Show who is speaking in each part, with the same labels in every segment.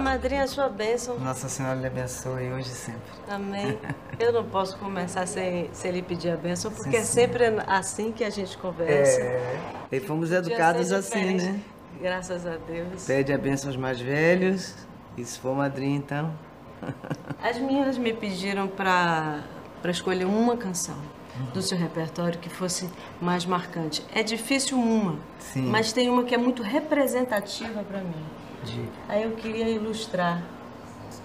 Speaker 1: madrinha, a sua bênção.
Speaker 2: Nossa Senhora lhe abençoe hoje e sempre.
Speaker 1: Amém. Eu não posso começar sem, sem lhe pedir a bênção, porque
Speaker 2: sim.
Speaker 1: é sempre assim que a gente conversa.
Speaker 2: É. E fomos
Speaker 1: Podia
Speaker 2: educados
Speaker 1: ser
Speaker 2: assim,
Speaker 1: diferente.
Speaker 2: né?
Speaker 1: Graças a Deus.
Speaker 2: Pede a bênção aos mais velhos. E se for madrinha, então.
Speaker 1: As meninas me pediram para escolher uma canção
Speaker 2: Uhum.
Speaker 1: do seu repertório que fosse mais marcante. É difícil uma,
Speaker 2: Sim.
Speaker 1: mas tem uma que é muito representativa para mim.
Speaker 2: De,
Speaker 1: Aí eu queria ilustrar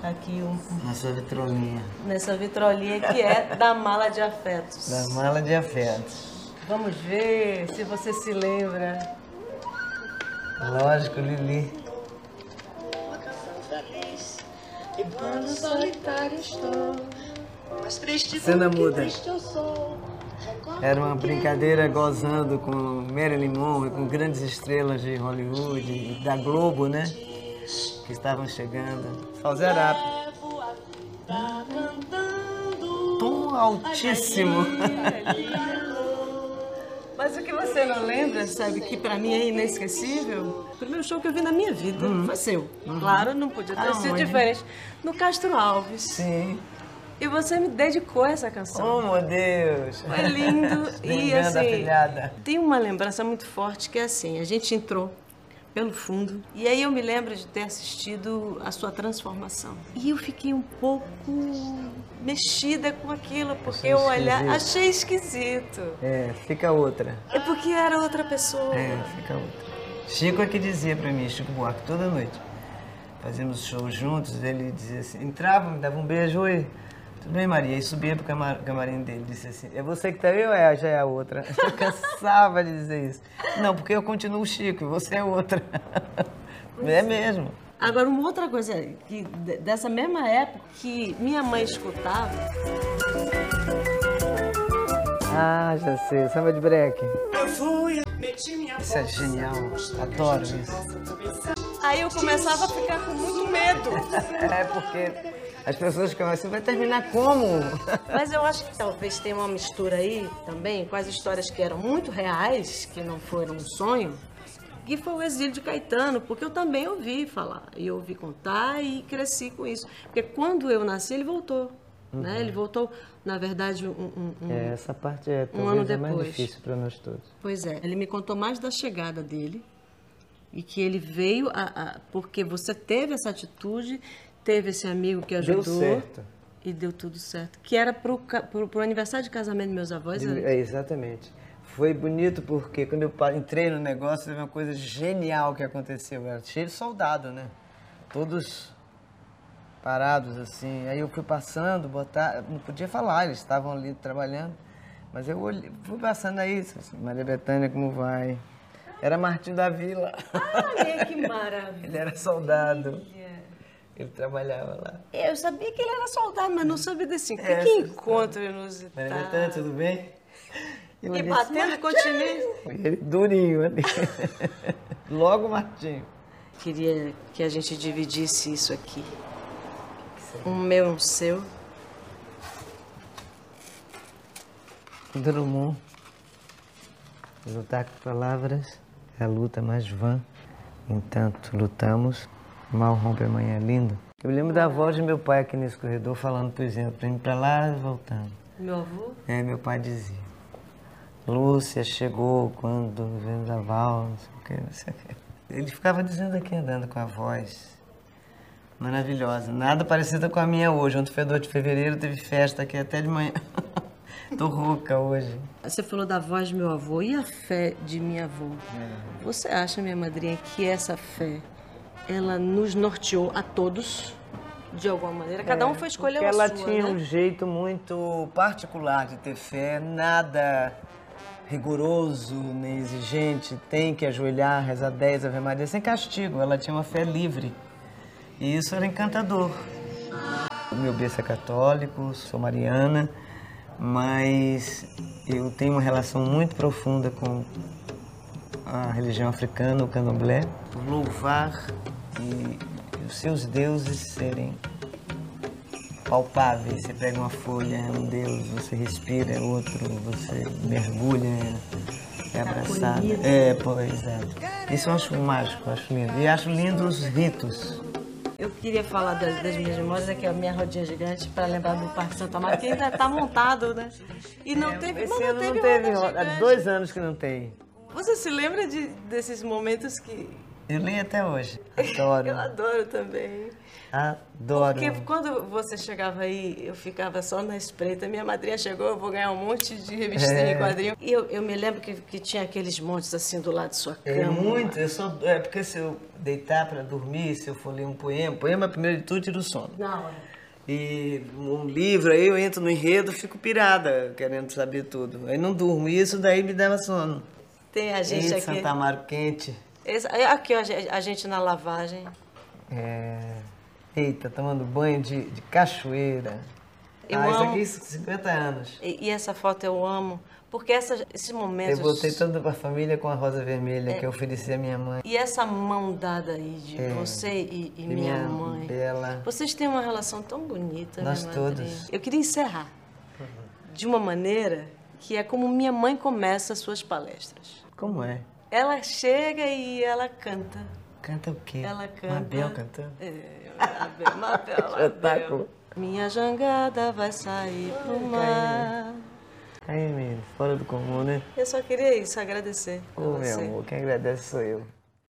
Speaker 1: aqui um-
Speaker 2: na sua vitrolinha.
Speaker 1: nessa vitrolinha que é da mala de afetos.
Speaker 2: Da mala de afetos.
Speaker 1: Vamos ver se você se lembra.
Speaker 2: Lógico, Lili.
Speaker 3: uma canção feliz. E quando solitário estou, mas triste
Speaker 2: Cena
Speaker 3: porque
Speaker 2: muda.
Speaker 3: triste eu sou. Recordo
Speaker 2: Era uma
Speaker 3: que
Speaker 2: brincadeira gozando com Marilyn Monroe, com grandes estrelas de Hollywood, e da Globo, né? Que estavam chegando. Fazer up.
Speaker 3: levo a vida cantando.
Speaker 2: Tom altíssimo.
Speaker 1: Mas o que você não lembra, sabe, que para mim é inesquecível? Hum. O primeiro show que eu vi na minha vida foi seu. Claro, não podia ter sido
Speaker 2: Aonde?
Speaker 1: diferente. No Castro Alves.
Speaker 2: Sim.
Speaker 1: E você me dedicou essa canção.
Speaker 2: Oh, meu Deus.
Speaker 1: Foi É lindo e
Speaker 2: Lembrando a
Speaker 1: assim.
Speaker 2: filhada.
Speaker 1: Tem uma lembrança muito forte que é assim, a gente entrou pelo fundo e aí eu me lembro de ter assistido a sua transformação. E eu fiquei um pouco mexida com aquilo, porque
Speaker 2: Achei
Speaker 1: eu olhar,
Speaker 2: esquisito.
Speaker 1: achei esquisito.
Speaker 2: É, fica outra.
Speaker 1: É porque era outra pessoa.
Speaker 2: É, fica outra. Chico é que dizia pra mim, Chico Buarque, toda noite. Fazíamos show juntos, ele dizia assim, entrava, me dava um beijo, oi, tudo bem Maria? E subia pro camar- camarim dele, disse assim, é você que tá aí ou é, já é a outra? Eu cansava de dizer isso. Não, porque eu continuo o Chico e você é outra. é mesmo.
Speaker 1: Agora, uma outra coisa que de- dessa mesma época que minha mãe escutava,
Speaker 2: Ah, já sei, samba de break.
Speaker 3: Eu fui, meti minha
Speaker 2: Isso é
Speaker 3: bolsa,
Speaker 2: genial, adoro isso.
Speaker 1: aí eu começava a ficar com muito medo.
Speaker 2: É porque as pessoas ficam assim, vai terminar como?
Speaker 1: Mas eu acho que talvez tenha uma mistura aí também com as histórias que eram muito reais, que não foram um sonho, que foi o exílio de Caetano, porque eu também ouvi falar, e ouvi contar e cresci com isso. Porque quando eu nasci, ele voltou. Né? Ele voltou, na verdade, um, um- um-
Speaker 2: Uhum. É, essa parte é
Speaker 1: Um ano
Speaker 2: talvez a mais
Speaker 1: depois.
Speaker 2: difícil para nós todos.
Speaker 1: Pois é, ele me contou mais da chegada dele e que ele veio a- a- porque você teve essa atitude, teve esse amigo que
Speaker 2: Deu
Speaker 1: ajudou.
Speaker 2: certo.
Speaker 1: E deu tudo certo. Que era pro, ca- pro, pro aniversário de casamento dos meus avós.
Speaker 2: De-
Speaker 1: né?
Speaker 2: é, exatamente. Foi bonito porque quando eu pa- entrei no negócio, teve uma coisa genial que aconteceu. Era cheio de soldado, né? Todos parados, assim. Aí eu fui passando, botar, não podia falar, eles estavam ali trabalhando. Mas eu olhei- fui passando aí, assim, Maria Bethânia, como vai? Era Martim da Vila.
Speaker 1: Olha que maravilha.
Speaker 2: Ele era soldado. Ele trabalhava lá.
Speaker 1: Eu sabia que ele era soldado, mas não sabia desse.
Speaker 2: É,
Speaker 1: que
Speaker 2: essa
Speaker 1: encontro
Speaker 2: Maria
Speaker 1: inusitado.
Speaker 2: Bethânia, tudo bem? ela
Speaker 1: Tá. E
Speaker 2: disse,
Speaker 1: batendo continente.
Speaker 2: Ele durinho ali. Logo Martinho.
Speaker 1: Queria que a gente dividisse isso aqui. Um meu, um seu.
Speaker 2: Drummond. Lutar com palavras é a luta mais vã. Entanto, lutamos. Mal rompe amanhã lindo. Eu lembro da voz de meu pai aqui nesse corredor falando poesia pra mim, pra lá e voltando.
Speaker 1: Meu avô?
Speaker 2: É, meu pai dizia. Lúcia chegou quando o vendaval, não sei o que, não sei o que. Ele ficava dizendo aqui andando com a voz. Maravilhosa. Nada parecida com a minha hoje. Ontem foi 2 de fevereiro, teve festa aqui até de manhã. Tô rouca hoje.
Speaker 1: Você falou da voz de meu avô e a fé de minha avó.
Speaker 2: É.
Speaker 1: Você acha, minha madrinha, que essa fé, ela nos norteou a todos, de alguma maneira? Cada um foi escolher
Speaker 2: É, Porque
Speaker 1: uma
Speaker 2: ela
Speaker 1: sua,
Speaker 2: tinha
Speaker 1: né?
Speaker 2: um jeito muito particular de ter fé, nada rigoroso nem exigente, tem que ajoelhar, rezar 10 Ave Maria, sem castigo, ela tinha uma fé livre. E isso era encantador. O meu berço é católico, sou mariana, mas eu tenho uma relação muito profunda com a religião africana, o candomblé, por louvar e os seus deuses serem palpáveis. Você pega uma folha, é um deus, você respira, é outro, você mergulha, é
Speaker 1: Tá
Speaker 2: abraçado. um É, pois é. Isso eu acho mágico, acho lindo. E acho lindo os ritos.
Speaker 1: Eu queria falar das, das minhas memórias, é que é a minha rodinha gigante, para lembrar do Parque Santa Marta, que ainda está montado, né? E não teve, mas
Speaker 2: É, Esse
Speaker 1: não
Speaker 2: ano
Speaker 1: teve,
Speaker 2: não teve,
Speaker 1: roda
Speaker 2: roda- há
Speaker 1: gigante.
Speaker 2: dois anos que não tem.
Speaker 1: Você se lembra de- desses momentos que
Speaker 2: Eu li até hoje.
Speaker 1: eu
Speaker 2: Adoro.
Speaker 1: adoro também?
Speaker 2: Adoro.
Speaker 1: Porque quando você chegava aí, eu ficava só na espreita. Minha madrinha chegou, eu vou ganhar um monte de revistinha
Speaker 2: É.
Speaker 1: e quadrinho. E eu, eu me lembro que, que tinha aqueles montes assim do lado de sua cama.
Speaker 2: É muito, eu só, é porque se eu deitar pra dormir, se eu for ler um poema, poema primeiro de tudo tira o sono.
Speaker 1: Na hora.
Speaker 2: E um livro, aí eu entro no enredo, fico pirada, querendo saber tudo. Aí não durmo, e isso daí me dava sono.
Speaker 1: Tem a gente
Speaker 2: Gente,
Speaker 1: aqui.
Speaker 2: Santa Amaro quente.
Speaker 1: Esse- é aqui, ó, a gente na lavagem.
Speaker 2: É... Eita, tomando banho de, de cachoeira.
Speaker 1: Eu
Speaker 2: ah,
Speaker 1: amo-
Speaker 2: isso aqui, 50 anos.
Speaker 1: E, e essa foto eu amo. Porque essa, esses momentos.
Speaker 2: Eu botei toda pra família com a rosa vermelha
Speaker 1: É.
Speaker 2: que eu ofereci à minha mãe.
Speaker 1: E essa mão dada aí de
Speaker 2: É.
Speaker 1: você e, e
Speaker 2: E
Speaker 1: minha, mãe.
Speaker 2: Bela.
Speaker 1: Vocês têm uma relação tão bonita,
Speaker 2: Nós
Speaker 1: minha madrinha.
Speaker 2: todos.
Speaker 1: Eu queria encerrar de uma maneira que é como minha mãe começa as suas palestras.
Speaker 2: Como é?
Speaker 1: Ela chega e ela canta.
Speaker 2: Canta o quê?
Speaker 1: Ela canta.
Speaker 2: Mabel cantando? tá
Speaker 1: É, Mabel, Mabel, Mabel.
Speaker 2: Espetáculo.
Speaker 1: Minha jangada vai sair pro mar.
Speaker 2: Aí, menino, fora do comum, né?
Speaker 1: Eu só queria isso, agradecer. a
Speaker 2: Ô,
Speaker 1: você.
Speaker 2: meu amor, quem agradece sou eu.